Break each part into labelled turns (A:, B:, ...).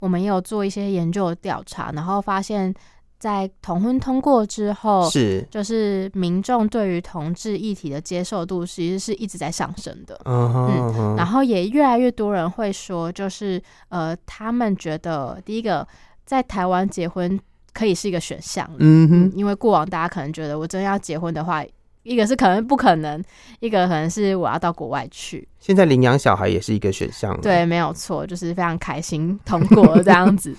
A: 我们也有做一些研究的调查，然后发现，在同婚通过之后，
B: 是，
A: 就是民众对于同志议题的接受度其实是一直在上升的。
B: 嗯哼
A: 嗯
B: 嗯哼，
A: 然后也越来越多人会说，就是呃，他们觉得第一个在台湾结婚可以是一个选项，
B: 嗯
A: 嗯
B: 哼，，
A: 因为过往大家可能觉得我真要结婚的话，一个是可能不可能，一个可能是我要到国外去，
B: 现在领养小孩也是一个选项了，
A: 对，没有错，就是非常开心通过这样子。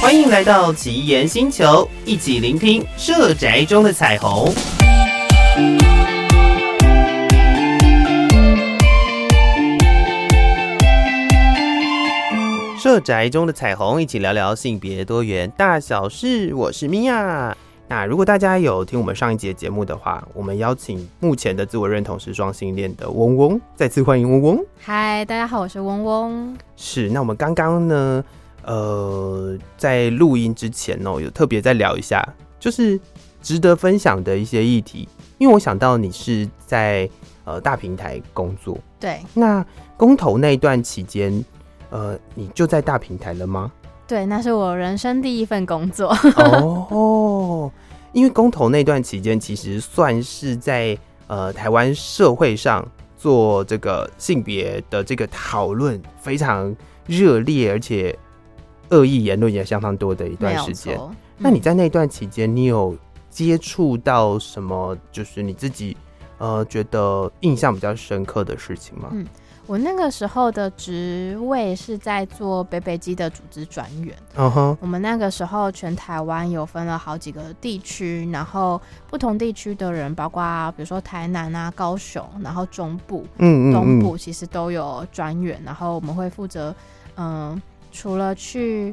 B: 欢迎来到奇岩星球，一起聆听社宅中的彩虹。社宅中的彩虹，一起聊聊性别多元大小事。我是米娅。那如果大家有听我们上一集的节目的话，我们邀请目前的自我认同是双性恋的嗡嗡，再次欢迎嗡嗡。
A: 嗨，大家好，我是嗡嗡。
B: 是，那我们刚刚呢，呃，在录音之前哦，有特别再聊一下，就是值得分享的一些议题，因为我想到你是在呃大平台工作，
A: 对
B: 那公投那一段期间，呃，你就在大平台了吗？
A: 对，那是我人生第一份工 作。
B: 哦，因为公投那段期间，其实算是在呃台湾社会上做这个性别的这个讨论非常热烈，而且恶意言论也相当多的一
A: 没
B: 段
A: 有
B: 时间。
A: 错，
B: 那你
A: 嗯
B: 在那段期间，你有接触到什么？就是你自己呃觉得印象比较深刻的事情吗？
A: 嗯我那个时候的职位是在做北北基的组织专员。
B: 嗯哼，
A: 我们那个时候全台湾有分了好几个地区，然后不同地区的人，包括比如说台南啊、高雄，然后中部、
B: 嗯
A: 东
B: 嗯嗯，
A: 部，其实都有专员，然后我们会负责，嗯，除了去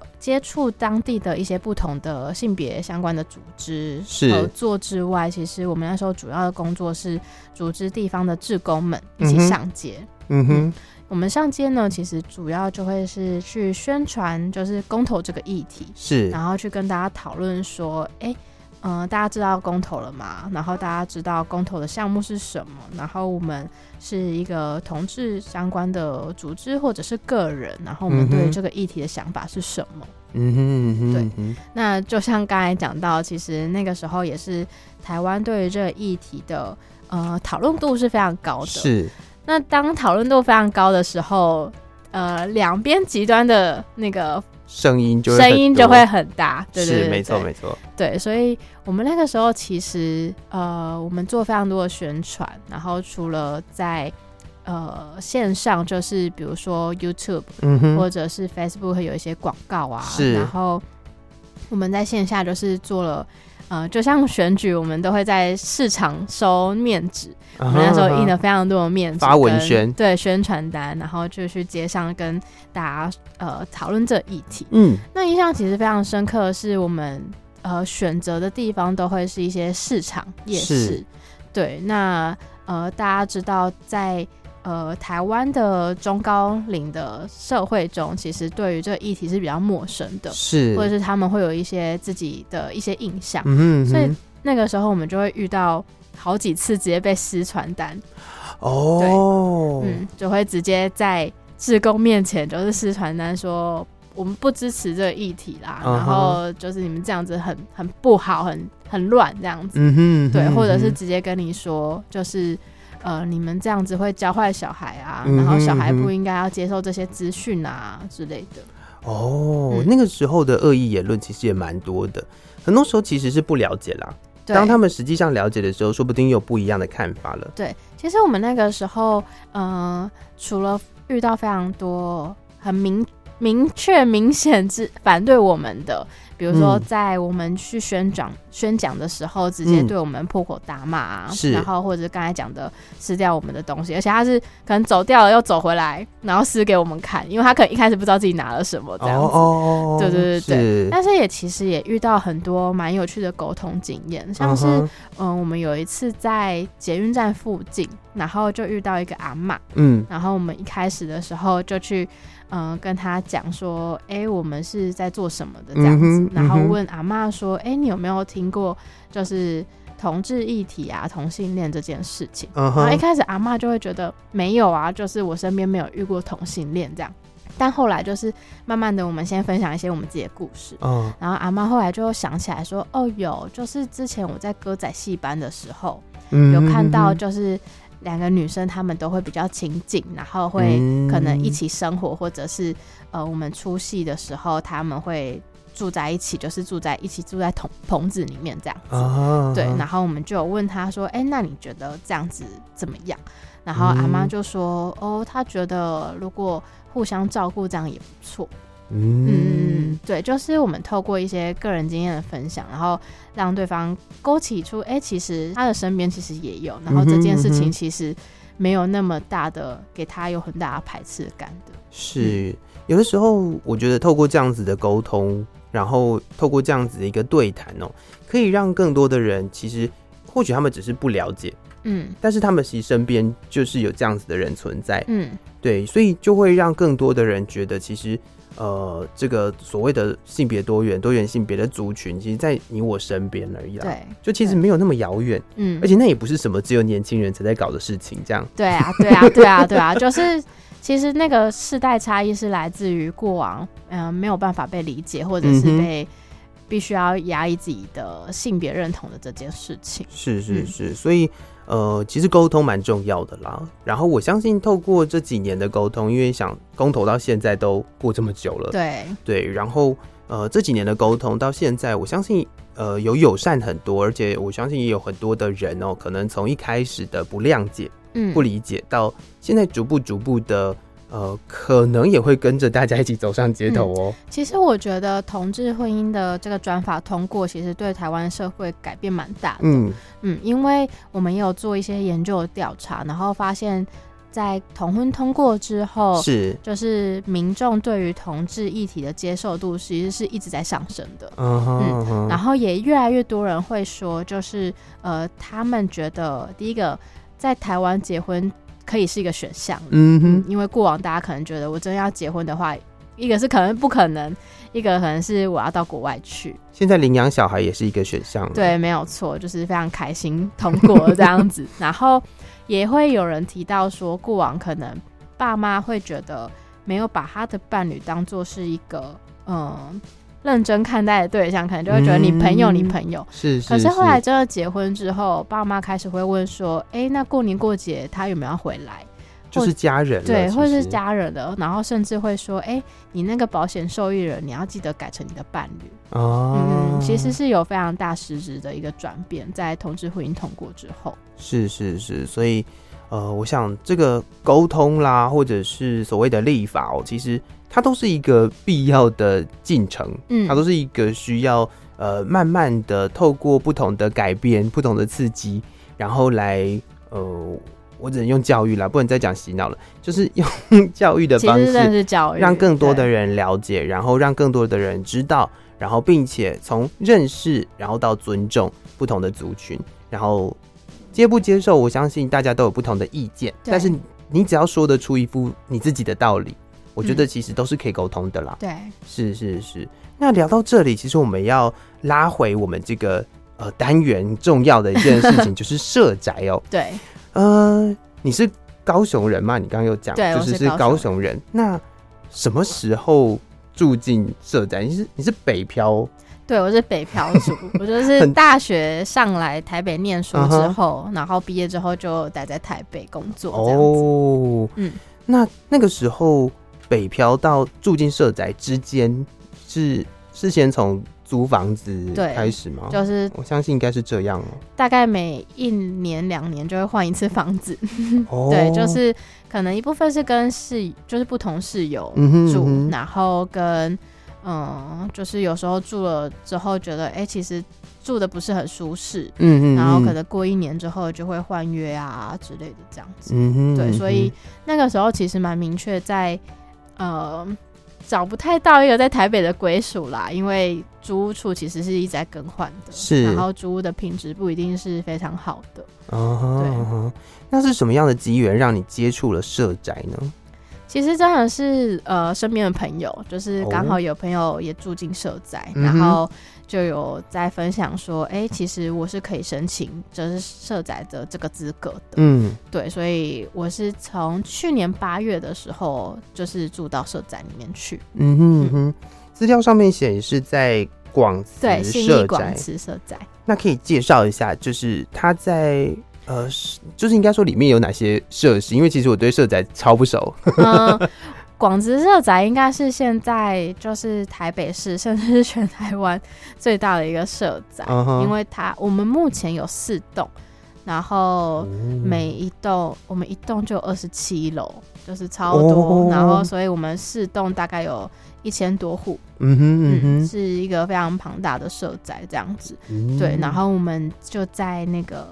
A: 呃接触当地的一些不同的性别相关的组织
B: 是
A: 合作之外，其实我们那时候主要的工作是组织地方的志工们一
B: 嗯
A: 起
B: 哼
A: 上街。
B: 嗯哼，
A: 我们上街呢，其实主要就会是去宣传，就是公投这个议题。
B: 是，
A: 然后去跟大家讨论说，哎、嗯、大家知道公投了吗？然后大家知道公投的项目是什么？然后我们是一个同志相关的组织或者是个人，然后我
B: 嗯
A: 们
B: 哼
A: 对于这个议题的想法是什么？
B: 嗯哼嗯哼，
A: 对
B: 嗯哼，
A: 那就像刚才讲到，其实那个时候也是台湾对于这个议题的呃讨论度是非常高的。
B: 是，
A: 那当讨论度非常高的时候，呃，两边极端的那个
B: 声音就会
A: 声
B: 很
A: 音
B: 多
A: 就会很大，对对对
B: 是没错
A: 对
B: 没错，
A: 对，所以我们那个时候其实呃，我们做非常多的宣传，然后除了在呃线上，就是比如说 YouTube
B: 嗯哼，
A: 或者是 Facebook 有一些广告啊，
B: 是
A: 然后我们在线下就是做了。呃，就像选举，我们都会在市场收面纸，
B: 我
A: 我们那时
B: 啊
A: 候印了非常多的面纸，
B: 发文宣
A: 对宣传单，然后就去街上跟大家呃讨论这议题。
B: 嗯
A: 那印象其实非常深刻，的是我们呃选择的地方都会是一些市场夜市
B: 是。
A: 对，那呃大家知道在。呃，台湾的中高龄的社会中，其实对于这个议题是比较陌生的，
B: 是，
A: 或者是他们会有一些自己的一些印象。
B: 嗯哼嗯哼
A: 所以那个时候，我们就会遇到好几次直接被撕传单，
B: 哦，
A: 嗯，就会直接在志工面前就是撕传单说我们不支持这个议题啦
B: 嗯哼
A: 然后就是你们这样子很很不好，很很乱这样子，
B: 嗯哼，
A: 对，或者是
B: 嗯
A: 直接跟你说就是。呃，你们这样子会教坏小孩啊，
B: 嗯哼
A: 然后小孩
B: 嗯哼
A: 不应该要接受这些资讯啊之类的。
B: 哼哦，
A: 嗯
B: 那个时候的恶意言论其实也蛮多的，很多时候其实是不了解啦。
A: 对
B: 当他们实际上了解的时候，说不定有不一样的看法了。
A: 对，其实我们那个时候，呃，除了遇到非常多很明明确、明显之反对我们的，比如说
B: 嗯
A: 在我们去宣讲、宣讲的时候，直接
B: 嗯
A: 对我们破口大骂、啊
B: 是
A: 然后或者刚才讲的撕掉我们的东西，而且他是可能走掉了又走回来，然后撕给我们看，因为他可能一开始不知道自己拿了什么这样子。
B: 哦
A: 对对对对
B: 对
A: 但是也其实也遇到很多蛮有趣的沟通经验，像是嗯，我们有一次在捷运站附近，然后就遇到一个阿嬷，
B: 嗯
A: 然后我们一开始的时候就去，嗯、跟她讲说，哎、我们是在做什么的这样子，
B: 嗯哼
A: 然后
B: 嗯哼
A: 问阿嬷说，哎、你有没有听过就是同志议题啊、同性恋这件事情。
B: 嗯
A: 然后一
B: 哼，
A: 开始阿嬷就会觉得没有啊，就是我身边没有遇过同性恋这样。但后来就是慢慢的，我们先分享一些我们自己的故事。
B: 嗯
A: 然后阿嬷后来就想起来说，哦，有，就是之前我在歌仔戏班的时候，
B: 嗯
A: 有看到就是两个女生，她们都会比较亲近，然后会
B: 嗯
A: 可能一起生活，或者是呃，我们出戏的时候，他们会住在一起，就是住在一起，住在同棚子里面这样子。
B: 啊，
A: 对，然后我们就有问她说：“哎、那你觉得这样子怎么样？”然后阿妈
B: 嗯
A: 就说：“哦，她觉得如果互相照顾这样也不错。”嗯
B: 嗯，，
A: 对，就是我们透过一些个人经验的分享，然后让对方勾起出，哎、其实他的身边其实也有，然后这件事
B: 嗯哼嗯
A: 情
B: 哼
A: 其实没有那么大的给他有很大的排斥感的。嗯
B: 是有的时候，我觉得透过这样子的沟通，然后透过这样子的一个对谈哦、可以让更多的人其实。或许他们只是不了解，
A: 嗯
B: 但是他们其实身边就是有这样子的人存在，
A: 嗯
B: 对，所以就会让更多的人觉得，其实呃，这个所谓的性别多元、多元性别的族群，其实在你我身边而已啦。，
A: 对，
B: 就其实没有那么遥远，
A: 嗯
B: 啊而，且那也不是什么只有年轻人才在搞的事情，这样。
A: 对啊，对啊，对啊，对啊，就是其实那个世代差异是来自于过往，嗯、没有办法被理解，或者是
B: 嗯哼
A: 被必须要压抑自己的性别认同的这件事情。
B: 是
A: 嗯
B: 是是，所以呃，其实沟通蛮重要的啦。然后我相信，透过这几年的沟通，因为想公投到现在都过这么久了，
A: 对，
B: 对，然后呃这几年的沟通到现在，我相信呃有友善很多，而且我相信也有很多的人哦，可能从一开始的不谅解、
A: 嗯，
B: 不理解，到现在逐步逐步的呃，可能也会跟着大家一起走上街
A: 嗯
B: 头哦。
A: 其实我觉得同志婚姻的这个转法通过，其实对台湾社会改变蛮大的。
B: 嗯
A: 嗯，因为我们也有做一些研究的调查，然后发现，在同婚通过之后，
B: 是，
A: 就是民众对于同志议题的接受度其实是一直在上升的。
B: 嗯哼嗯哼
A: 然后也越来越多人会说，就是呃，他们觉得第一个在台湾结婚可以是一个选项，
B: 嗯
A: 嗯
B: 哼，，
A: 因为过往大家可能觉得我真要结婚的话，一个是可能不可能，一个可能是我要到国外去。
B: 现在领养小孩也是一个选项。，
A: 对，没有错，就是非常开心通过这样子。然后也会有人提到说，过往可能爸妈会觉得没有把他的伴侣当做是一个嗯认真看待的对象，可能就会觉得你朋友，
B: 嗯
A: 你朋友。
B: 是是。
A: 可是后来真的结婚之后，爸妈开始会问说，诶，那过年过节他有没有要回来？
B: 就是家人了，
A: 对，
B: 其
A: 或者是
B: 实，
A: 家人的，然后甚至会说，哎、你那个保险受益人，你要记得改成你的伴侣。
B: 哦
A: 嗯，其实是有非常大实质的一个转变，在同志婚姻通过之后。
B: 是是是，所以呃，我想这个沟通啦，或者是所谓的立法哦，其实它都是一个必要的进程，
A: 嗯
B: 它都是一个需要呃慢慢的透过不同的改变、不同的刺激，然后来呃，我只能用教育啦，不能再讲洗脑了，就是用 教育的
A: 其
B: 方
A: 实真的
B: 式，
A: 是教育，
B: 让更多的
A: 对
B: 人了解，然后让更多的人知道，然后并且从认识，然后到尊重不同的族群，然后接不接受，我相信大家都有不同的意见，
A: 对
B: 但是你只要说得出一副你自己的道理，我觉
A: 嗯
B: 得其实都是可以沟通的啦。
A: 对，
B: 是是是。那聊到这里，其实我们要拉回我们这个呃单元重要的一件事 情，就是社宅哦。
A: 对，
B: 呃，你是高雄人吗？你刚刚有讲，
A: 对
B: 就
A: 我
B: 是
A: 是
B: 是
A: 高
B: 高
A: 雄
B: 雄人。那什么时候住进社宅？你是你是北漂
A: 对我是北漂 族，我就是
B: 很
A: 大学上来台北念书
B: 嗯
A: 之
B: 哼
A: 后，然后毕业之后就待在台北工作这样子。
B: 哦？
A: 嗯，
B: 那那个时候北漂到住进社宅之间是是先从租房子
A: 对
B: 开始吗？
A: 就是
B: 我相信应该是这样哦
A: 大概每一年两年就会换一次房子，
B: 哦。哦
A: 嗯对，就是可能一部分是跟室，就是不同室友
B: 嗯哼
A: 住，
B: 嗯哼
A: 然后跟嗯，就是有时候住了之后觉得，哎、其实住的不是很舒适，
B: 嗯嗯，
A: 然后可
B: 嗯
A: 能过一年之后就会换约啊之类的这样子。
B: 嗯哼，
A: 对，
B: 嗯
A: 所以那个时候其实蛮明确在，呃，找不太到一个在台北的归属啦，因为租屋处其实是一直在更换的，
B: 是
A: 然后租屋的品质不一定是非常好的。
B: 哼啊哈
A: 对
B: 啊哈那是什么样的机缘让你接触了社宅呢？
A: 其实真的是呃，身边的朋友，就是刚好有朋友也住进社宅，
B: 哦嗯哼
A: 然后就有在分享说，哎、其实我是可以申请就是社宅的这个资格的。
B: 嗯，
A: 对，所以我是从去年八月的时候，就是住到社宅里面去，
B: 嗯哼嗯哼，资料上面显示在广慈
A: 对，信义
B: 哦社宅
A: 广，慈社宅。
B: 那可以介绍一下，就是它在呃，是就是应该说里面有哪些设施？因为其实我对社宅超不熟。
A: 嗯，广慈社宅应该是现在就是台北市，甚至是全台湾最大的一个社宅，
B: 嗯哼
A: 因为它我们目前有四栋，然
B: 嗯
A: 后每一栋我们一栋就二十七楼，就是超多，
B: 哦
A: 然后所以我们四栋大概有一千多户，
B: 嗯哼
A: 嗯，
B: 嗯
A: 是一个非常庞大的社宅这样子。
B: 哼，
A: 嗯对，然后我们就在那个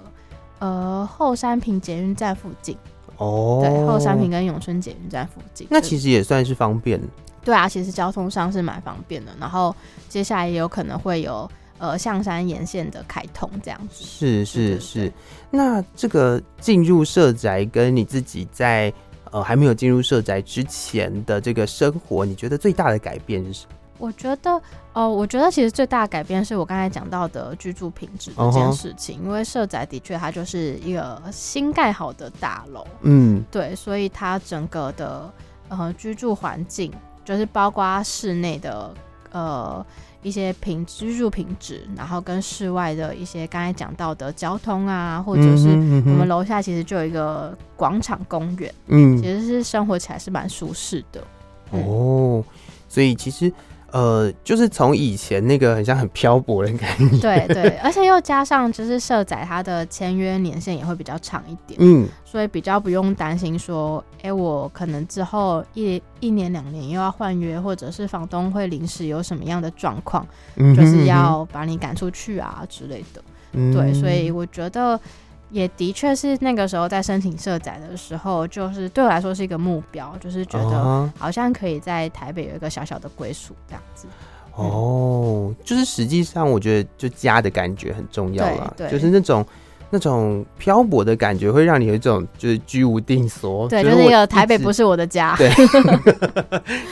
A: 呃后山坪捷运站附近，
B: 哦，
A: 对，后山坪。跟永春捷运站附近。
B: 那
A: 就
B: 其实也算是方便，
A: 对啊，其实交通上是蛮方便的。然后接下来也有可能会有呃象山沿线的开通这样子。
B: 是
A: 对
B: 是
A: 对
B: 是。那这个进入社宅跟你自己在呃还没有进入社宅之前的这个生活，你觉得最大的改变是什么？
A: 我觉得哦、我觉得其实最大的改变是我刚才讲到的居住品质这
B: 嗯
A: 件
B: 哼
A: 事情因为社宅的确它就是一个新盖好的大楼，
B: 嗯
A: 对，所以它整个的呃居住环境，就是包括室内的呃一些品居住品质，然后跟室外的一些刚才讲到的交通啊，或者是
B: 嗯哼嗯
A: 我
B: 哼
A: 们楼下其实就有一个广场公园，
B: 嗯
A: 其实是生活起来是蛮舒适的。嗯
B: 哦，所以其实呃，就是从以前那个很像很漂泊的感 觉，
A: 对对，而且又加上就是社宅它的签约年限也会比较长一点，
B: 嗯
A: 所以比较不用担心说，哎、我可能之后一一年两年又要换约，或者是房东会临时有什么样的状况，
B: 嗯哼，
A: 就是要把你赶出去啊之类的。
B: 嗯哼
A: 对，所以我觉得也的确是那个时候在申请社宅的时候，就是对我来说是一个目标，就是觉得
B: 啊
A: 好像可以在台北有一个小小的归属这样子。
B: 哦，就是实际上我觉得就家的感觉很重要啦，
A: 对对
B: 就是那种。那种漂泊的感觉会让你有一种就是居无定所，
A: 对，
B: 就
A: 就是一
B: 我
A: 个台北
B: 直
A: 不是我的家。
B: 对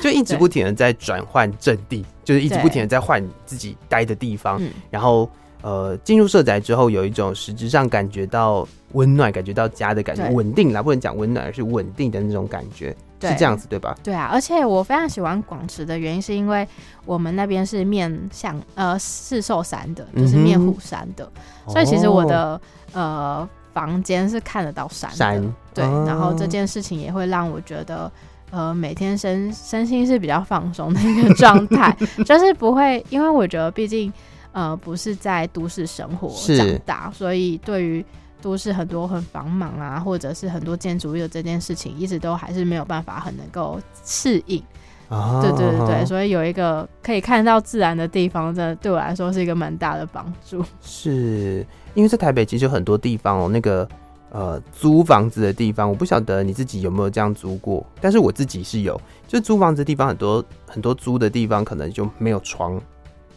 B: 就一直
A: 对
B: 不停的在转换阵地，就是一直
A: 对
B: 不停的在换自己待的地方，
A: 嗯，
B: 然后呃，进入社宅之后，有一种实质上感觉到温暖、感觉到家的感觉，
A: 对
B: 稳定啦，不能讲温暖，而是稳定的那种感觉，是
A: 对
B: 这样子对吧？
A: 对啊，而且我非常喜欢广池的原因，是因为我们那边是面向呃四寿山的，就是面
B: 嗯哼
A: 虎山的，所以其实我
B: 哦
A: 的呃房间是看得到山的。
B: 山
A: 对，然后这
B: 哦
A: 件事情也会让我觉得，呃，每天身身心是比较放松的一个状态，就是不会，因为我觉得毕竟呃不是在都市生活
B: 是
A: 长大，所以对于都市很多很繁忙啊，或者是很多建筑物的这件事情，一直都还是没有办法很能够适应。
B: 啊
A: 对对对对，所以有一个可以看到自然的地方，真的对我来说是一个蛮大的帮助。
B: 是因为在台北其实有很多地方哦，那个呃租房子的地方，我不晓得你自己有没有这样租过，但是我自己是有，就是租房子的地方很多很多租的地方可能就没有窗，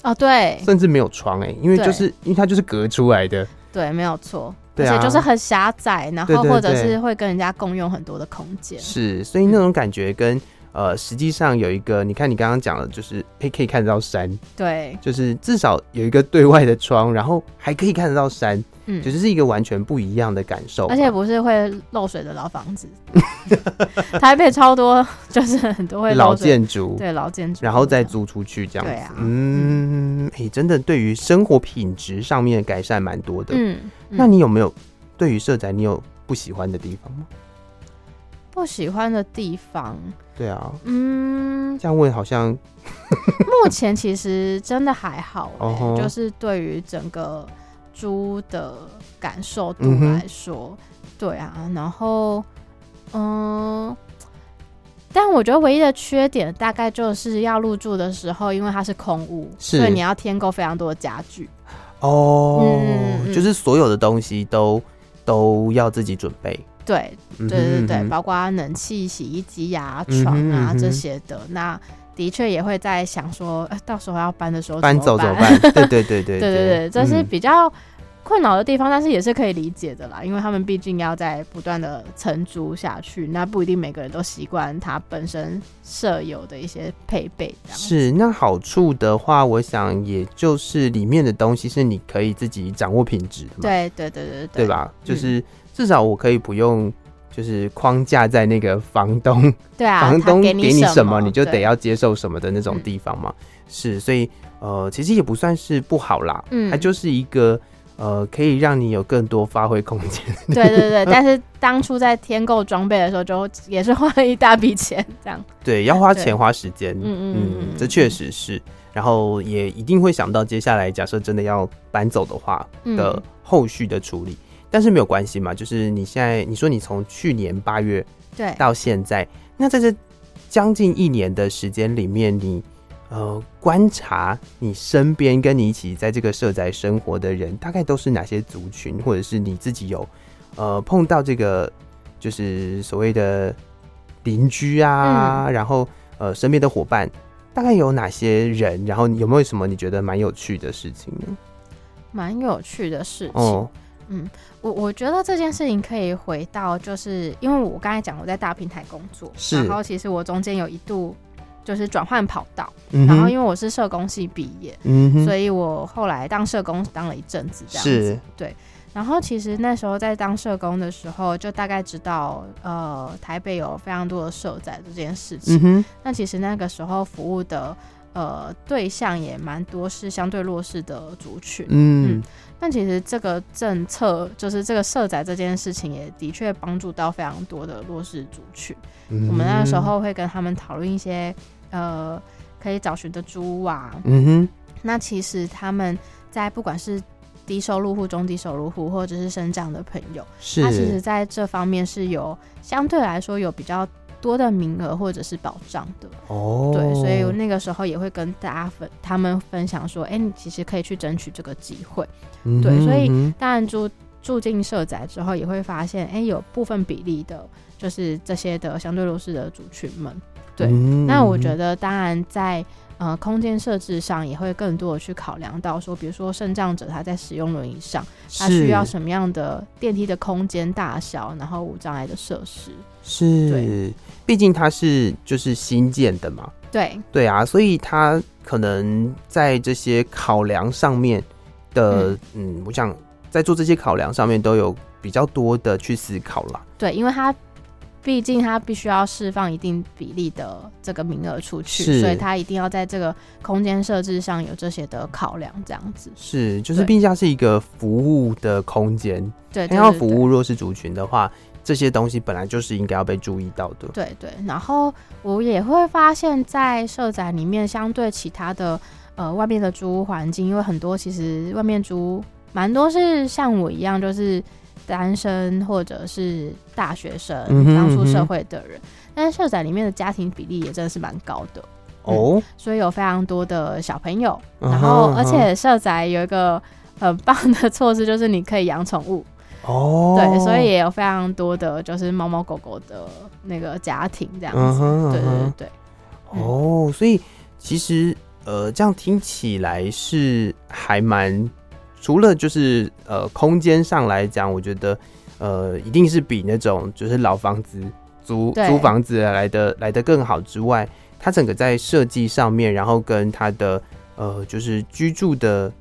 A: 哦，对
B: 甚至没有窗哎、因为
A: 对
B: 就是因为它就是隔出来的，
A: 对，没有错。
B: 对
A: 而
B: 啊
A: 且就是很狭窄，然
B: 对
A: 后
B: 对
A: 或者
B: 对
A: 是会跟人家共用很多的空间。
B: 是，所以那种感觉跟呃，实际上有一个，你看你刚刚讲的，就是诶可以看得到山，
A: 对，
B: 就是至少有一个对外的窗，然后还可以看得到山，
A: 嗯，
B: 只、是一个完全不一样的感受吧。
A: 而且不是会漏水的老房 子，台北超多， 就是很多会
B: 老
A: 漏水
B: 建筑，
A: 对老建筑，
B: 然后再。租出去这样
A: 对
B: 子
A: 啊，
B: 嗯，诶，真的对于生活品质上面的改善蛮多的。
A: 嗯，
B: 那
A: 嗯
B: 你有没有对于社宅你有不喜欢的地方吗？
A: 不喜欢的地方，
B: 对啊，
A: 嗯，
B: 这样问好像
A: 目前其实真的还好、
B: 哦
A: 欸，
B: 吼
A: 就是对于整个猪的感受度
B: 嗯哼
A: 来说，对啊，然后嗯。但我觉得唯一的缺点大概就是要入住的时候，因为它是空屋，
B: 是
A: 所以你要添购非常多的家具。
B: 哦，
A: 嗯嗯嗯
B: 就是所有的东西都都要自己准备。
A: 对
B: 嗯哼
A: 对对
B: 嗯
A: 对，
B: 哼
A: 包括冷气、洗衣机呀、
B: 嗯哼
A: 床
B: 嗯
A: 啊、
B: 哼
A: 这些的，那的确也会在想说，呃到时候要搬的时候
B: 搬
A: 怎
B: 走
A: 么
B: 怎么办？对对对对对
A: 对对对，这是
B: 嗯
A: 比较、困扰的地方，但是也是可以理解的啦，因为他们毕竟要在不断的承租下去，那不一定每个人都习惯他本身设有的一些配备这样。
B: 是，那好处的话，我想也就是里面的东西是你可以自己掌握品质的嘛，
A: 对对对对对，嗯
B: 对？吧？就是至少我可以不用，就是框架在那个房东
A: 对啊，
B: 房
A: 他
B: 东
A: 给
B: 给你
A: 什
B: 什么，你就得
A: 对
B: 要接受什么的那种
A: 嗯
B: 地方嘛。是，所以呃，其实也不算是不好啦，
A: 嗯
B: 它就是一个呃，可以让你有更多发挥空间。
A: 对对对，但是当初在添购装备的时候，就也是花了一大笔钱，这样。
B: 对，要花钱
A: 对
B: 花时间，
A: 嗯嗯嗯嗯
B: 这确实是。然后也一定会想到接下来，假设真的要搬走的话
A: 嗯
B: 的后续的处理。但是没有关系嘛，就是你现在你说你从去年八月
A: 对，
B: 到现在，那在这将近一年的时间里面，你呃观察你身边跟你一起在这个社宅生活的人，大概都是哪些族群，或者是你自己有呃碰到这个就是所谓的邻居啊，
A: 嗯
B: 然后呃身边的伙伴。大概有哪些人？然后有没有什么你觉得蛮有趣的事情呢？
A: 蛮有趣的事情。
B: 哦，
A: 我我觉得这件事情可以回到，就是因为我刚才讲我在大平台工作，
B: 是
A: 然后其实我中间有一度就是转换跑道，
B: 嗯
A: 然后
B: 哼，
A: 因为我是社工系毕业，
B: 嗯
A: 所
B: 哼，
A: 以我后来当社工当了一阵子，这样子。
B: 是，
A: 然后其实那时候在当社工的时候，就大概知道呃台北有非常多的社宅这件事情。
B: 嗯哼，
A: 那其实那个时候服务的呃对象也蛮多，是相对弱势的族群。
B: 嗯
A: 嗯，但其实这个政策，就是这个社宅这件事情，也的确帮助到非常多的弱势族群。
B: 嗯
A: 我们那时候会跟他们讨论一些呃可以找寻的租屋啊，
B: 嗯哼，
A: 那其实他们在不管是低收入户、中低收入户，或者是生长的朋友，
B: 是，
A: 他其实在这方面是有相对来说有比较多的名额或者是保障的。
B: 哦，
A: 对，所以我那个时候也会跟大家分他们分享说，哎、你其实可以去争取这个机会。对所以
B: 嗯哼
A: 当然住住进社宅之后，也会发现，哎、有部分比例的，就是这些的相对弱势的族群们。对
B: 嗯
A: 那我觉得，当然在呃空间设置上，也会更多的去考量到说，比如说肾障者他在使用轮椅上，他需要什么样的电梯的空间大小，然后无障碍的设施。
B: 是
A: 对
B: 是，毕竟它是就是新建的嘛，
A: 对，
B: 对啊，所以它可能在这些考量上面的，嗯我想在做这些考量上面都有比较多的去思考啦。
A: 对，因为他毕竟他必须要释放一定比例的这个名额出去，
B: 是
A: 所以他一定要在这个空间设置上有这些的考量，这样子。
B: 是，就是
A: 对
B: 毕竟它是一个服务的空间，
A: 对，对
B: 它要
A: 对
B: 服
A: 对
B: 务弱势族群的话，这些东西本来就是应该要被注意到的。
A: 对对，然后我也会发现，在社宅里面，相对其他的呃外面的租屋环境，因为很多其实外面租蛮多是像我一样，就是单身或者是大学生
B: 嗯哼
A: 刚出社
B: 嗯哼
A: 会的人，但是社宅里面的家庭比例也真的是蛮高的，
B: 哦，
A: 所以有非常多的小朋友，
B: 嗯
A: 嗯然后
B: 哼
A: 而
B: 嗯哼
A: 且社宅有一个很棒的措施，就是你可以养宠物。
B: 哦，
A: 对，所以也有非常多的就是猫猫狗狗的那个家庭这样
B: 嗯
A: 子。
B: 哼，嗯
A: 对
B: 哼
A: 对对，嗯
B: 哦，所以其实呃，这样听起来是还蛮，除了就是呃空间上来讲，我觉得呃一定是比那种就是老房子租
A: 对
B: 租房子来的来的更好之外，它整个在设计上面，然后跟它的呃就是居住的。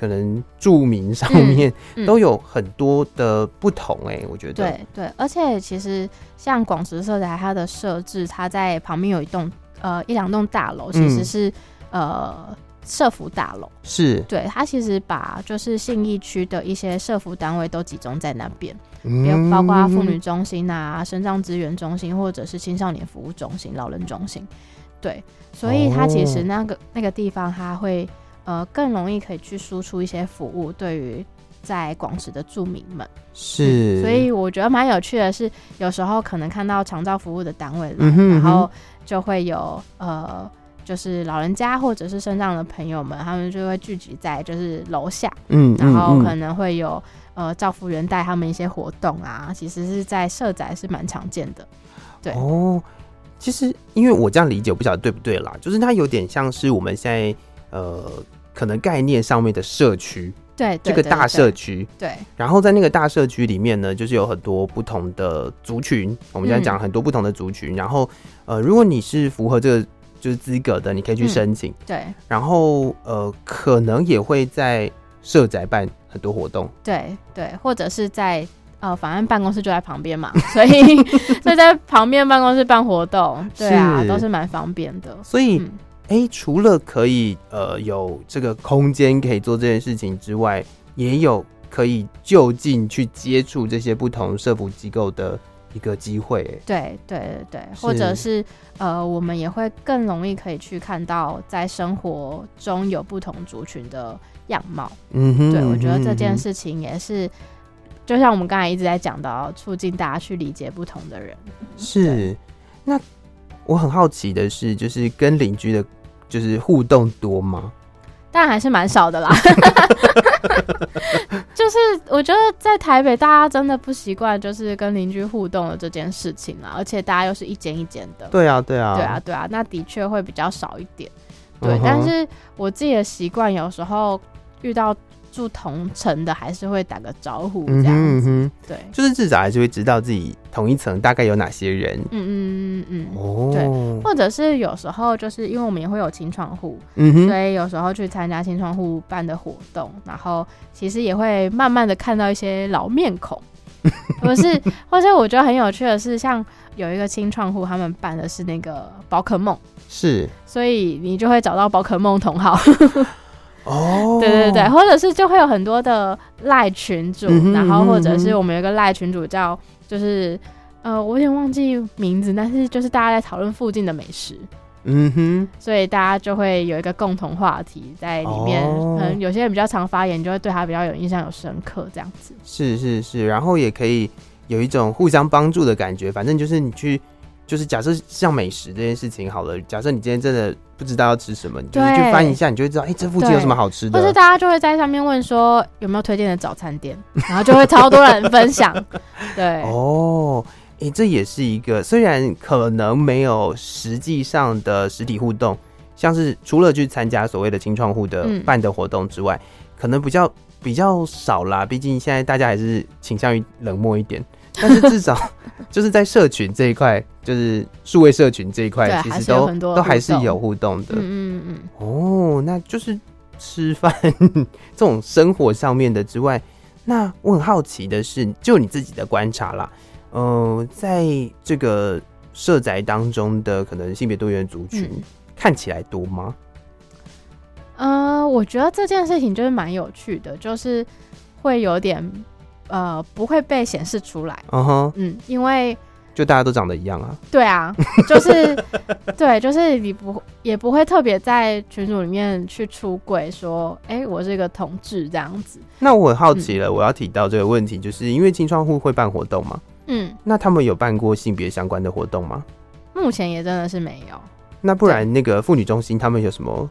B: 可能住民上
A: 嗯
B: 面、
A: 嗯
B: 都有很多的不同哎、我觉得
A: 对对，而且其实像广石社宅它的设置，它在旁边有一栋呃一两栋大楼，其实
B: 嗯
A: 是、呃社服大楼。
B: 是，
A: 对，它其实把就是信义区的一些社服单位都集中在那边，也
B: 嗯
A: 包括妇女中心啊、生障资源中心，或者是青少年服务中心、老人中心。对，所以它其实
B: 哦
A: 那个、那个地方，它会呃更容易可以去输出一些服务，对于在广池的住民们。
B: 是，
A: 嗯所以我觉得蛮有趣的是，有时候可能看到长照服务的单位来，
B: 嗯哼
A: 然
B: 嗯哼
A: 后就会有呃。就是老人家或者是身障的朋友们，他们就会聚集在就是楼下，
B: 嗯，
A: 然后
B: 嗯嗯
A: 可能会有呃照服员带他们一些活动啊，其实是在社宅是蛮常见的。对
B: 哦，其实因为我这样理解，我不晓得对不对啦，就是它有点像是我们现在呃，可能概念上面的社区，
A: 对，对
B: 这个
A: 对
B: 大
A: 对
B: 社区。
A: 对，
B: 然后在那个大社区里面呢，就是有很多不同的族群，我们现
A: 嗯
B: 在讲很多不同的族群。然后呃，如果你是符合这个就是资格的，你可以去
A: 嗯
B: 申请。
A: 对
B: 然后呃，可能也会在社宅办很多活动。
A: 对对，或者是在呃法案办公室就在旁边嘛，所以 所以在旁边办公室办活动，对啊，
B: 是
A: 都是蛮方便的。
B: 所以
A: 嗯，
B: 诶，除了可以呃有这个空间可以做这件事情之外，也有可以就近去接触这些不同社服机构的一个机会、诶
A: 对对对对，或者是呃，我们也会更容易可以去看到在生活中有不同族群的样貌。
B: 嗯哼
A: 对，我觉得这件，
B: 嗯
A: 事情也是，就像我们刚才一直在讲到，促进大家去理解不同的人。
B: 哼是。那我很好奇的是，就是跟邻居的，就是互动多吗？
A: 但还是蛮少 的啦。就是我觉得在台北，大家真的不习惯就是跟邻居互动的这件事情啦，而且大家又是一间一间的，
B: 对啊，对啊，
A: 对啊，，对啊，那的确会比较少一点。对，
B: 嗯哼
A: 但是我自己的习惯，有时候遇到住同城的，还是会打个招呼这
B: 嗯哼
A: 样
B: 嗯
A: 子。
B: 哼，
A: 对，
B: 就是至少还是会知道自己同一层大概有哪些人。
A: 嗯嗯嗯嗯，
B: 哦，
A: 对，或者是有时候就是因为我们也会有清创户，
B: 嗯哼
A: 所，以有时候去参加新窗户办的活动，然后其实也会慢慢的看到一些老面 孔，或是或是我觉得很有趣的是，像有一个新创户，他们办的是那个宝可梦，
B: 是
A: 所以你就会找到宝可梦同好，
B: 哦，
A: 对对对，，或者是就会有很多的赖群主，
B: 嗯哼
A: 然后或者
B: 嗯
A: 是
B: 哼
A: 我们有一个赖群主叫就是呃，我有点忘记名字，但是就是大家在讨论附近的美食，
B: 嗯哼。
A: 所以大家就会有一个共同话题在里面，
B: 哦
A: 可能有些人比较常发言，就会对他比较有印象、有深刻这样子。
B: 是是是，然后也可以有一种互相帮助的感觉。反正就是你去，就是假设像美食这件事情好了，假设你今天真的不知道要吃什么，你就是去
A: 对
B: 翻一下，你就会知道，哎、这附近有什么好吃
A: 或是
B: 的。
A: 大家就会在上面问说有没有推荐的早餐店，然后就会超多人分 享。对，
B: 哦，哎、这也是一个虽然可能没有实际上的实体互动，像是除了去参加所谓的清创户的
A: 嗯
B: 办的活动之外，可能比较比较少啦。毕竟现在大家还是倾向于冷漠 一点，但是至少就是在社群这一块，就是数位社群这一块
A: 对，
B: 其
A: 还
B: 实
A: 是有
B: 都
A: 很多
B: 都还是
A: 互动
B: 有互动的。
A: 嗯嗯嗯，
B: 哦，那就是吃饭这种生活上面的之外，那我很好奇的是，就你自己的观察啦，嗯、在这个社宅当中的可能性别多元族群、
A: 嗯
B: 看起来多吗？
A: 嗯呃，我觉得这件事情就是蛮有趣的，就是会有点呃不会被显示出来。
B: 嗯哼，
A: 嗯，因为
B: 就大家都长得一样啊。
A: 对啊，就是 对，就是你不也不会特别在群组里面去出柜说，哎、我是一个同志这样子。
B: 那我很好
A: 嗯
B: 奇了，我要提到这个问题，就是因为青创户会办活动嘛，
A: 嗯，
B: 那他们有办过性别相关的活动吗？
A: 目前也真的是没有。
B: 那不然那个妇女中心他们有什么？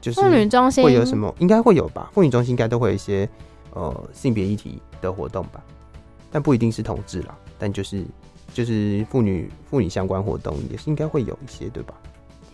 B: 就是
A: 妇女中心
B: 会有什？么？应该会有吧。妇女中心应该都会有一些呃性别议题的活动吧，但不一定是同志啦，但就是就是妇女妇女相关活动也是应该会有一些，对吧？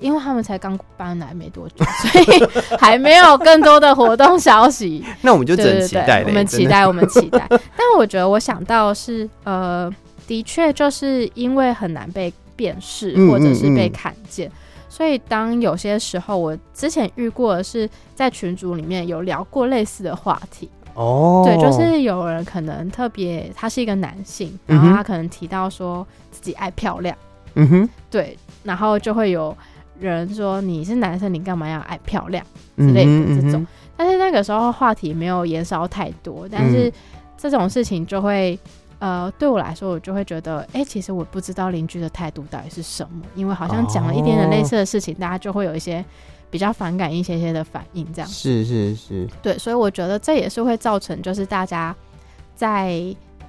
A: 因为他们才刚搬来没多久，所以 还没有更多的活动消息。
B: 那我们就
A: 对
B: 只能
A: 对
B: 期待
A: 对，
B: 了，
A: 我们
B: 真
A: 期
B: 的。
A: 待，我们期待。 但我觉得我想到的是，呃，的确就是因为很难被辨识，
B: 嗯
A: 或者是
B: 嗯
A: 被
B: 嗯
A: 看见。所以，当有些时候，我之前遇过的是在群组里面有聊过类似的话题，
B: 哦，
A: 对，就是有人可能特别，他是一个男性，然
B: 嗯
A: 后
B: 哼
A: 他可能提到说自己爱漂亮，
B: 嗯哼，
A: 对，然后就会有人说你是男生，你干嘛要爱漂亮？
B: 之
A: 类的这
B: 嗯
A: 种但是那个时候话题没有延烧太多，但是这种事情就会，呃，对我来说，我就会觉得，哎、其实我不知道邻居的态度到底是什么，因为好像讲了一点点类似的事情，大家就会有一些比较反感一些些的反应，这样
B: 是是是，
A: 对，所以我觉得这也是会造成，就是大家在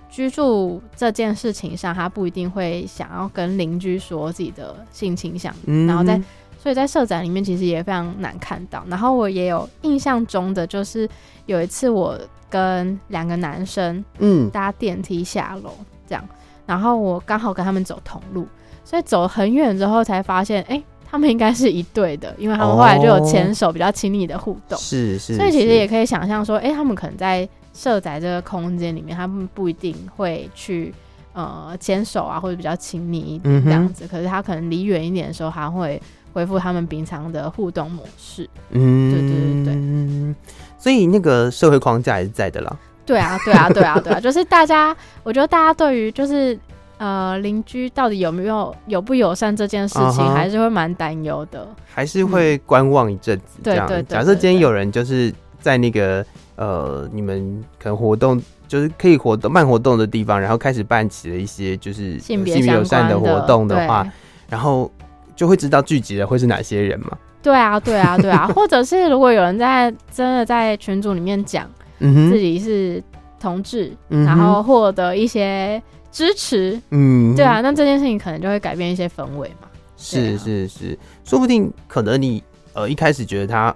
A: 居住这件事情上，他不一定会想要跟邻居说自己的性倾向，
B: 嗯，
A: 然后再所以在社展里面其实也非常难看到。然后我也有印象中的，就是有一次我跟两个男生
B: 嗯
A: 搭电梯下楼，这样，然后我刚好跟他们走同路，所以走很远之后才发现，哎、他们应该是一对的，因为他们后来就有牵手，比较亲密的互动。
B: 是是，
A: 所以其实
B: 是
A: 也可以想象说，哎、他们可能在社宅这个空间里面，他们不一定会去呃牵手啊，或者比较亲密一
B: 嗯
A: 点
B: 哼
A: 这样子。可是他可能离远一点的时候，他会 恢复他们平常的互动模式。
B: 嗯，
A: 对对对
B: 对。所以那个社会框架还是在的啦。
A: 对啊，对啊，对啊，对啊，就是大家，我觉得大家对于就是。呃，邻居到底有没有友不友善这件事情
B: 啊哈
A: 还是会蛮担忧的。
B: 还是会观望一阵子，
A: 嗯
B: 这样。
A: 对对对
B: 假设今天
A: 对对
B: 有人就是在那个呃，你们可能活动就是可以活动慢活动的地方，然后开始办起了一些就是
A: 性
B: 呃
A: 别
B: 性别友
A: 相
B: 善
A: 关
B: 的活动的
A: 的
B: 话，，然后就会知道聚集的会是哪些人嘛。
A: 对对啊，对啊，对 啊，或者是如果有人在真的在群组里面讲
B: 嗯
A: 自
B: 哼，
A: 己是同志，
B: 嗯哼
A: 然后获得一些支持，
B: 嗯，
A: 对啊，，那这件事情可能就会改变一些氛围嘛。对啊
B: 是是是，说不定可能你呃一开始觉得他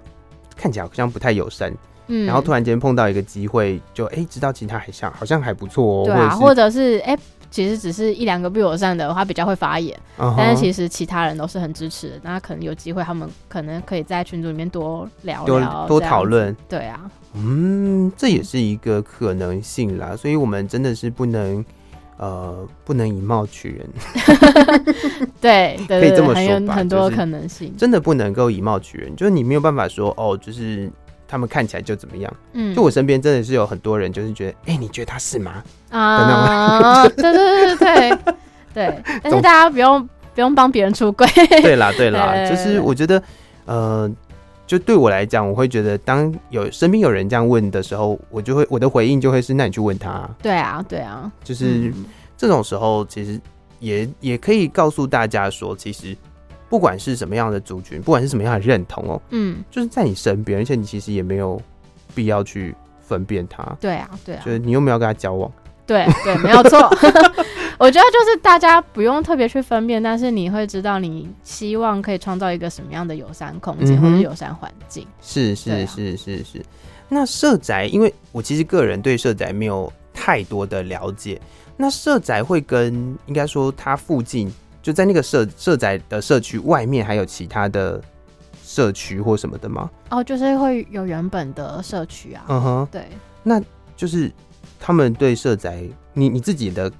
B: 看起来好像不太友善，
A: 嗯，
B: 然后突然间碰到一个机会，就哎、知道其他还像好像还不错哦，
A: 对啊，
B: 或
A: 或者
B: 者
A: 是哎、其实只是一两个不友善的，他比较会发言，
B: 是，嗯哼
A: 但是其实其他人都是很支持的，那可能有机会他们可能可以在群组里面多聊
B: 多
A: 聊
B: 多
A: 这样
B: 讨
A: 子
B: 论，
A: 对啊，
B: 嗯，这也是一个可能性啦，所以我们真的是不能，呃，不能以貌取人，
A: 对啊对
B: 可
A: 对
B: 以这么
A: 对，很
B: 说
A: 有
B: 吧
A: 很
B: 就
A: 多
B: 是
A: 可能性，
B: 真的不能够以貌取人，就是你没有办法说哦，就是他们看起来就怎么样。
A: 嗯，
B: 就我身边真的是有很多人，就是觉得，哎、你觉得他是吗？
A: 啊，对 对对对对 对，但是
B: 总
A: 大家不用不用帮别人出柜，
B: 对啦，对啦，
A: 对
B: 就是我觉得，呃，就对我来讲，我会觉得，当有身边有人这样问的时候，我就会我的回应就会是，那你去问他啊，
A: 对啊对啊，
B: 就是
A: 嗯
B: 这种时候，其实也也可以告诉大家说，其实不管是什么样的族群，不管是什么样的认同哦，
A: 嗯，
B: 就是在你身边，而且你其实也没有必要去分辨他，
A: 对啊对啊
B: 就，是你又没有跟他交往，
A: 对对，没有错。 我觉得就是大家不用特别去分辨，但是你会知道你希望可以创造一个什么样的友善空间、
B: 嗯
A: 或
B: 哼
A: 者友善环境。
B: 是
A: 对
B: 是
A: 啊
B: 是是是。那社宅，因为我其实个人对社宅没有太多的了解，那社宅会跟应该说它附近就在那个社社宅的社区外面，还有其他的社区或什么的吗？
A: 哦，就是会有原本的社区啊，
B: 嗯哼。
A: 对，
B: 就是他们对社宅，你你自己的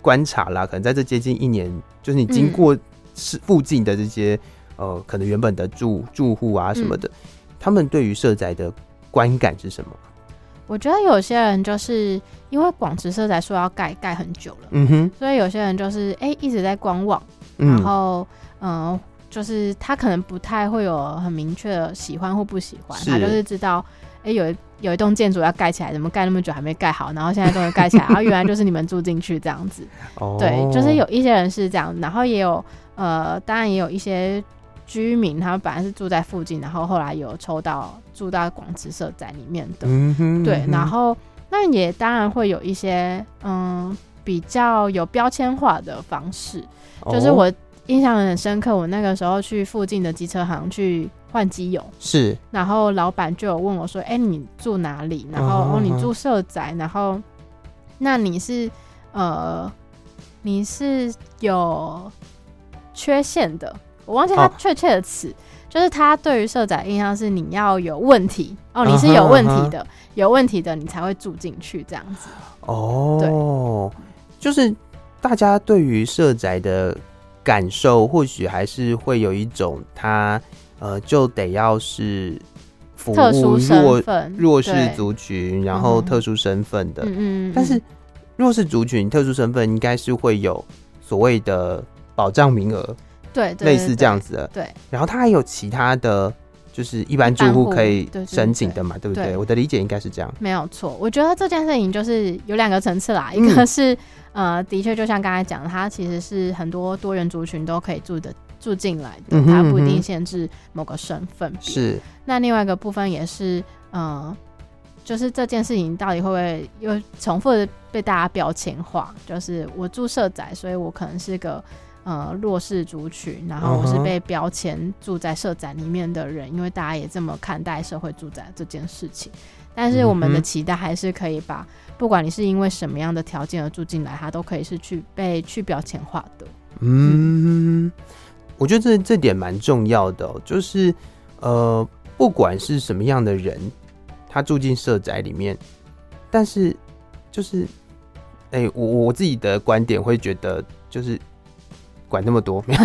B: 观察啦，可能在这接近一年，就是你经过是附近的这些、呃，可能原本的住住户啊什么的，
A: 嗯
B: 他们对于社宅的观感是什么？
A: 我觉得有些人就是因为广池社宅说要盖盖很久了，
B: 嗯哼，
A: 所以有些人就是哎、一直在观望，然
B: 嗯，
A: 后嗯、呃就是他可能不太会有很明确的喜欢或不喜欢，
B: 是
A: 他就是知道，哎、有一有一栋建筑要盖起来，怎么盖那么久还没盖好，然后现在终于盖起 来，然啊后原来就是你们住进去这样子，
B: 哦
A: 对，就是有一些人是这样，然后也有呃，当然也有一些。居民他们本来是住在附近，然后后来有抽到住到广池社宅里面的，
B: 嗯哼，
A: 对
B: 嗯，哼
A: 然后那也当然会有一些嗯比较有标签化的方式，就是
B: 哦
A: 我印象很深刻，我那个时候去附近的机车行去换机油，
B: 是
A: 然后老板就有问我说：“哎、你住哪里？”然后、
B: 嗯哼
A: 哦，你
B: 嗯哼
A: 住社宅，然后那你是呃你是有缺陷的，我忘记他
B: 哦
A: 确切的词。就是他对于社宅印象是你要有问题哦，你是
B: 嗯哼
A: 有问
B: 嗯哼
A: 题的，有问题的你才会住进去这样子。
B: 哦，就是大家对于社宅的感受，或许还是会有一种他呃，就得要是服
A: 特殊
B: 务弱
A: 身份，
B: 弱势
A: 对
B: 族群，然后
A: 嗯
B: 特殊身份的。
A: 嗯嗯，嗯
B: 但是弱势族群、特殊身份应该是会有所谓的保障名额，
A: 对对
B: 类
A: 对
B: 似这样子的。
A: 对，
B: 然后它还有其他的，就是一般
A: 一
B: 住
A: 般
B: 户
A: 户
B: 可以
A: 对对
B: 申
A: 对
B: 请的嘛，对不
A: 对
B: 对？我的理解应该是这样。
A: 没有错，我觉得这件事情就是有两个层次啦，
B: 嗯
A: 一个是呃，的确就像刚才讲的，它其实是很多多元族群都可以住的住进来的
B: 嗯，哼
A: 它不一
B: 嗯哼
A: 定限制某个身份别。
B: 是，
A: 那另外一个部分也是呃，就是这件事情到底会不会又重复的被大家标签化？就是我住社宅，所以我可能是个。呃，弱势族群，然后我是
B: 嗯哼
A: 被标签住在社宅里面的人，因为大家也这么看待社会住宅这件事情。但是我们
B: 嗯
A: 的
B: 哼
A: 期待还是可以把，不管你是因为什么样的条件而住进来，它都可以是去被去标签化的。
B: 嗯，我觉得这这点蛮重要的哦、就是呃，不管是什么样的人，他住进社宅里面，但是就是，哎、我我自己的观点会觉得，就是管那么多， 没有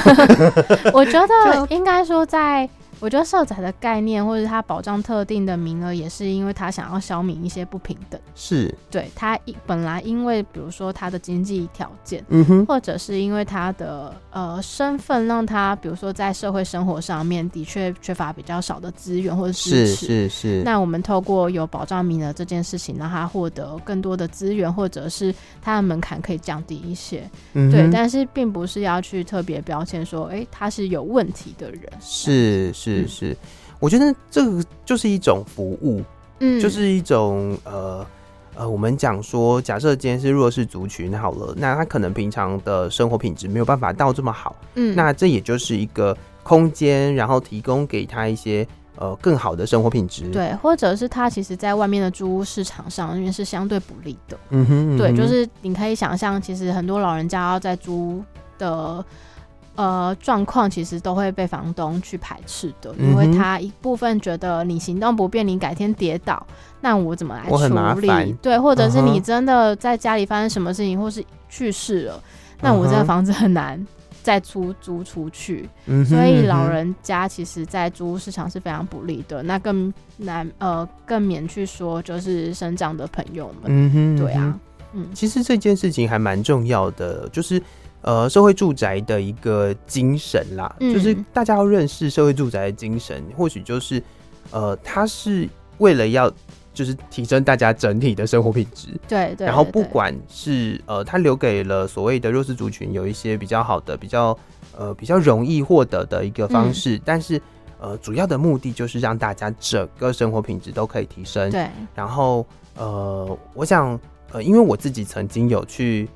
A: 我觉得
B: 就
A: 应该说在，我觉得社宅的概念或者它保障特定的名额，也是因为它想要消弭一些不平等。
B: 是，
A: 对它一本来因为比如说它的经济条件，
B: 嗯哼，
A: 或者是因为他的呃身份，让他比如说在社会生活上面的确缺乏比较少的资源或者支
B: 是
A: 持。
B: 是是，
A: 那我们透过有保障名额这件事情，让他获得更多的资源，或者是他的门槛可以降低一些。
B: 嗯
A: 对，
B: 哼
A: 但是并不是要去特别标签说，诶，他是有问题的人。啊
B: 是是
A: 嗯
B: 是，我觉得这个就是一种服务，
A: 嗯，
B: 就是一种呃呃，我们讲说，假设今天是弱势族群好了，那他可能平常的生活品质没有办法到这么好，
A: 嗯，
B: 那这也就是一个空间，然后提供给他一些呃更好的生活品质。，
A: 对，或者是他其实在外面的租屋市场上，因为是相对不利的。
B: 嗯哼，嗯
A: 对，就
B: 哼
A: 是你可以想象，其实很多老人家要在租的呃状况，其实都会被房东去排斥的，因为
B: 嗯哼
A: 他一部分觉得你行动不便，你改天跌倒，那我怎么来
B: 我很麻
A: 处理
B: 烦？
A: 对，或者是
B: 嗯
A: 你
B: 哼
A: 真的在家里发生什么事情，或是去世了，那我这
B: 嗯
A: 个
B: 哼
A: 房子很难。再出租出去，
B: 嗯哼
A: 所以
B: 嗯
A: 老
B: 哼
A: 人家其实，在租屋市场是非常不利的，那更难呃，更免去说就是生长的朋友们，
B: 嗯哼，嗯
A: 对
B: 哼
A: 啊，嗯，
B: 其实这件事情还蛮重要的，就是呃社会住宅的一个精神啦，
A: 嗯
B: 就是大家要认识社会住宅的精神，或许就是呃它是为了要就是提升大家整体的生活品质，
A: 对对，
B: 然后
A: 对
B: 不
A: 对
B: 管是呃它留给了所谓的弱势族群有一些比较好的、比较呃比较容易获得的一个方
A: 嗯
B: 式，但是呃主要的目的就是让大家整个生活品质都可以提升，
A: 对，
B: 然后呃，我想呃，因为我自己曾经有去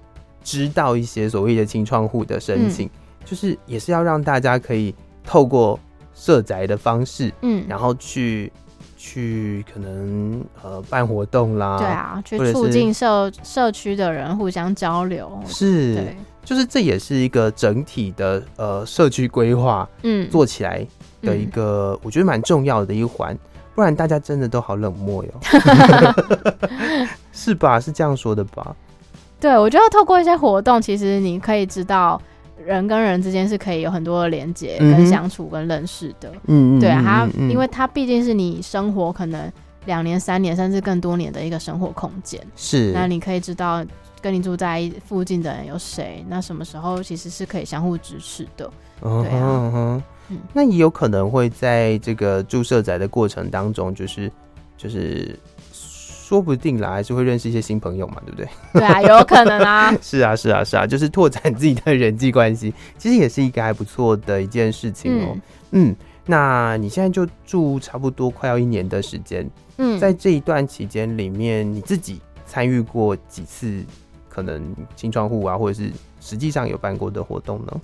B: 知道一些所谓的清创户的
A: 嗯
B: 申请，就是也是要让大家可以透过社宅的方式，
A: 嗯，
B: 然后去去可能呃办活动啦，
A: 对，啊，去
B: 或者
A: 促
B: 是
A: 进社社区的人互相交流，
B: 是
A: 对，，
B: 就是这也是一个整体的呃社区规划
A: 嗯，
B: 做起来的一
A: 嗯
B: 个，我觉得蛮重要的一环。不然大家真的都好冷漠 哟， 是吧？是这样说的吧？
A: 对我觉得透过一些活动，其实你可以知道人跟人之间是可以有很多的连接、
B: 嗯
A: 跟
B: 哼
A: 相处、跟认识的，
B: 嗯，
A: 对啊，
B: 嗯
A: 它
B: 嗯嗯
A: 因为它毕竟是你生活可能两年、三年甚至更多年的一个生活空间，
B: 是
A: 那你可以知道。跟你住在附近的人有谁？那什么时候其实是可以相互支持的。
B: 嗯
A: 对
B: 哼
A: 啊
B: 嗯哼
A: 嗯
B: 那也有可能会在这个注射宅的过程当中，就是就是说不定啦，还是会认识一些新朋友嘛，对不对？
A: 对啊，有可能啊。
B: 是啊，是啊，是啊，就是拓展自己的人际关系， 其实也是一个还不错的一件事情哦、
A: 嗯
B: 嗯，那你现在就住差不多快要一年的时间，
A: 嗯，
B: 在这一段期间里面，你自己参与过几次可能新窗户啊，或者是实际上有办过的活动呢？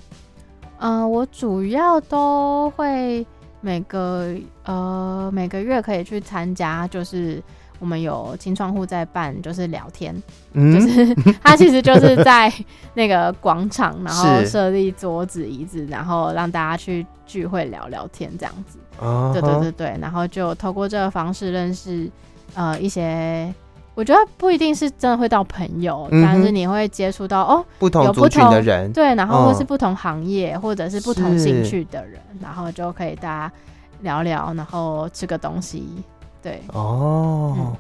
A: 嗯，我主要都会每个呃每个月可以去参加，就是我们有青创户在办，就是聊 天，
B: 嗯
A: 就是它其实就是在 那个广场，然后
B: 是
A: 设立桌子椅子，然后让大家去聚会聊聊天这样子。
B: 啊
A: 对
B: 哈
A: 对对对，然后就透过这个方式认识呃一些。我觉得不一定是真的会到朋友，
B: 嗯哼
A: 但是你会接触到哦，
B: 不同
A: 有
B: 族
A: 不
B: 群
A: 同
B: 的人，
A: 对，然后或
B: 嗯
A: 是不同行业、或者是不同兴
B: 是
A: 趣的人，然后就可以大家聊聊，然后吃个东西。 对
B: 哦
A: 嗯，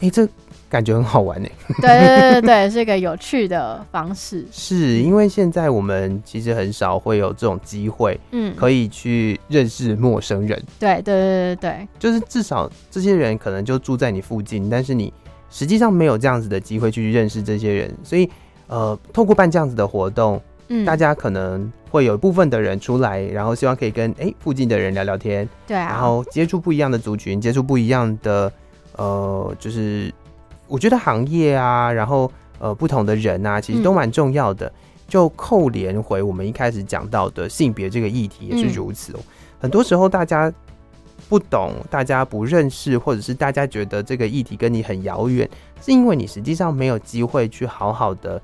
B: 哎、这感觉很好玩呢。
A: 对对对对对，是一个有趣的方式。
B: 是
A: 嗯
B: 因为现在我们其实很少会有这种机会，
A: 嗯，
B: 可以去认识陌生人，
A: 对对对对对
B: 就是至少这些人可能就住在你附近，但是你实际上没有这样子的机会去认识这些人，所以呃，透过办这样子的活动，
A: 嗯，
B: 大家可能会有一部分的人出来，然后希望可以跟哎、诶附近的人聊聊天，
A: 对啊，
B: 然后接触不一样的族群，接触不一样的呃，就是我觉得行业啊，然后呃不同的人啊，其实都
A: 嗯
B: 蛮重要的。就扣连回我们一开始讲到的性别这个议题也是
A: 嗯
B: 如此哦。很多时候大家不懂，大家不认识，或者是大家觉得这个议题跟你很遥远，是因为你实际上没有机会去好好的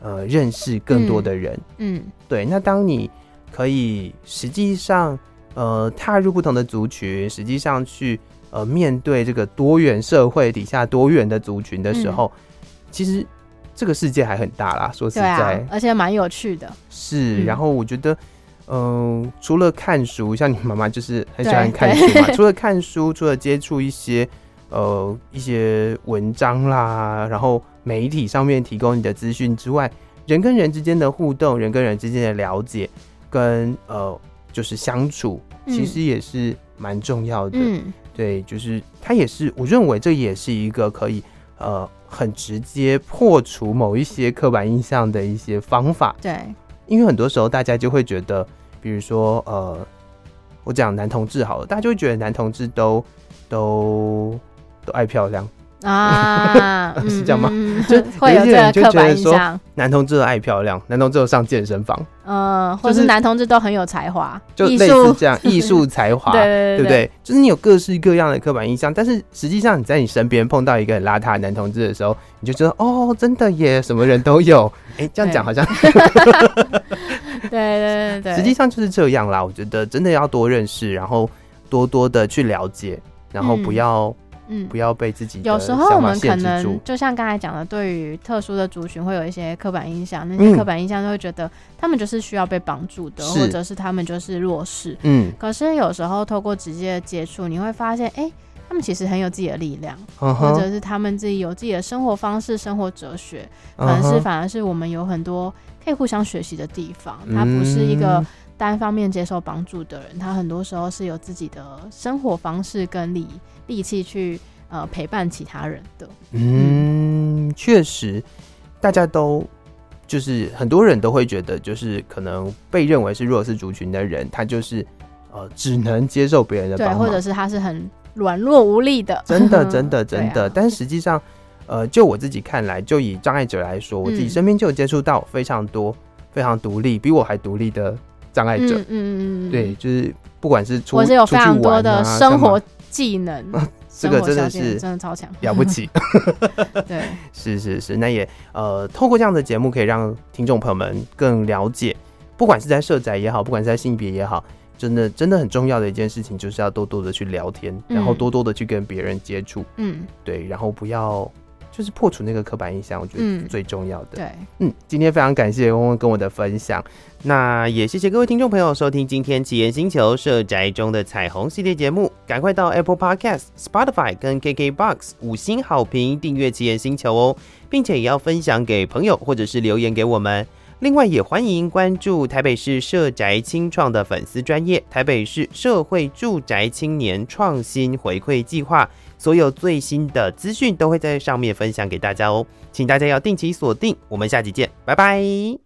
B: 呃认识更多
A: 嗯
B: 的人。
A: 嗯
B: 对，那当你可以实际上呃踏入不同的族群，实际上去呃面对这个多元社会底下多元的族群的时候，其实这个世界还很大啦。说
A: 嗯
B: 实
A: 对
B: 在，
A: 啊，而且蛮有趣的，
B: 是，
A: 嗯
B: 然后我觉得，嗯、除了看书，像你妈妈就是很喜欢
A: 对
B: 看书嘛。除了看书，除了接触一些呃一些文章啦，然后媒体上面提供你的资讯之外，人跟人之间的互动，人跟人之间的了解，跟呃就是相处，其
A: 嗯
B: 实也是蛮重要的。
A: 嗯，
B: 对，就是它也是，我认为这也是一个可以呃很直接破除某一些刻板印象的一些方法。
A: 对，
B: 因为很多时候大家就会觉得，比如说呃，我讲男同志好了，大家就会觉得男同志都都都爱漂亮，
A: 啊，嗯
B: 是这样吗？
A: 嗯嗯
B: 就
A: 会有
B: 有一
A: 这
B: 些人
A: 个
B: 就
A: 刻
B: 觉得
A: 板印
B: 说
A: 象，
B: 男同志都爱漂亮，男同志都上健身房，
A: 嗯，或者
B: 就是
A: 是男同志都很有才华，
B: 就
A: 艺
B: 类似
A: 术，
B: 这样艺术才华。
A: 对
B: 对不
A: 对，
B: 对？就是你有各式各样的刻板印象，但是实际上你在你身边碰到一个很邋遢的男同志的时候，你就觉得哦，真的耶，什么人都有。 哎，这样讲
A: 对
B: 好像
A: 对对对对，
B: 实际上就是这样啦。我觉得真的要多认识，然后多多的去了解，然后不
A: 嗯
B: 要、
A: 嗯
B: 不。要被自己的
A: 有时候我
B: 想法
A: 们可
B: 限制住
A: 能。就像刚才讲的，对于特殊的族群会有一些刻板印象，那
B: 嗯
A: 些刻板印象都会觉得他们就是需要被帮助的，
B: 是
A: 或者是他们就是弱势。
B: 嗯，
A: 可是有时候透过直接的接触，你会发现，哎、他们其实很有自己的力量，
B: 嗯
A: 或
B: 哼，
A: 者是他们自己有自己的生活方式、生活哲学，可
B: 嗯
A: 能是
B: 哼
A: 反而是我们有很多可以互相学习的地方。他不是一个
B: 嗯
A: 单方面接受帮助的人，他很多时候是有自己的生活方式跟力力气去呃陪伴其他人的。
B: 嗯，确实，大家都就是很多人都会觉得，就是可能被认为是弱势族群的人，他就是呃只能接受别人的帮
A: 对，
B: 忙，
A: 或者是他是很软弱无力的，
B: 真的真的
A: 对
B: 真的，
A: 啊
B: 但实际上，呃，就我自己看来，就以障碍者来说，我自己
A: 嗯
B: 身边就有接触到非常多非常独立，比我还独立的障碍
A: 嗯
B: 者，
A: 嗯嗯嗯，
B: 对，，就是不管是出
A: 我是有
B: 出
A: 非
B: 去
A: 常多
B: 玩
A: 的
B: 啊
A: 生
B: 干嘛
A: 活技能，
B: 这个
A: 生活
B: 真的
A: 小技能
B: 是
A: 真的超 强，
B: 了不起，
A: 对，
B: 是是是，那也呃，透过这样的节目，可以让听众朋友们更了解，不管是在社宅也好，不管是在性别也好，真的真的很重要的一件事情，就是要多多的去聊天，
A: 嗯
B: 然后多多的去跟别人接触，
A: 嗯
B: 对，然后不要就是破除那个刻板印象，我觉得是
A: 嗯
B: 最重要的。
A: 对，
B: 嗯，今天非常感谢翁翁跟我的分享，那也谢谢各位听众朋友收听今天《奇岩星球社宅中的彩虹》系列节目，赶快到 Apple Podcast、Spotify 跟 KKBox 五星好评订阅《奇岩星球》哦，并且也要分享给朋友或者是留言给我们。另外，也欢迎关注台北市社宅青创的粉丝专业台北市社会住宅青年创新回馈计划，所有最新的资讯都会在上面分享给大家哦。请大家要定期锁定，我们下期见，拜拜。